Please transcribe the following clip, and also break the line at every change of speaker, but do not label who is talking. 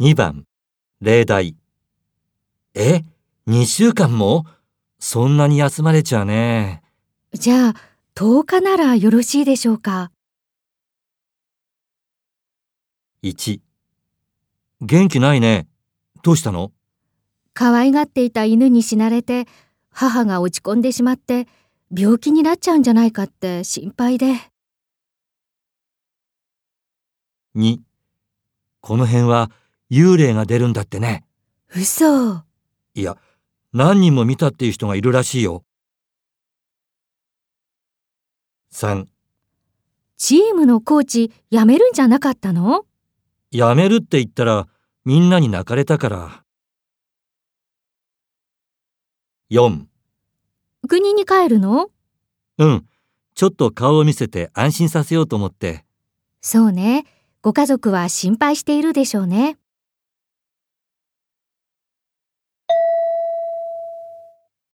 2番、例題。え、2週間もそんなに休まれちゃね。
じゃあ、10日ならよろしいでしょうか。
1、元気ないね。どうしたの
可愛がっていた犬に死なれて、母が落ち込んでしまって、病気になっちゃうんじゃないかって心配で。
2、この辺は幽霊が出るんだってね。
嘘。
いや、何人も見たっていう人がいるらしいよ。3、
チームのコーチ辞めるんじゃなかったの
やめるって言ったらみんなに泣かれたから。4、
国に帰るの
うん、ちょっと顔を見せて安心させようと思って。
そうね。ご家族は心配しているでしょうね。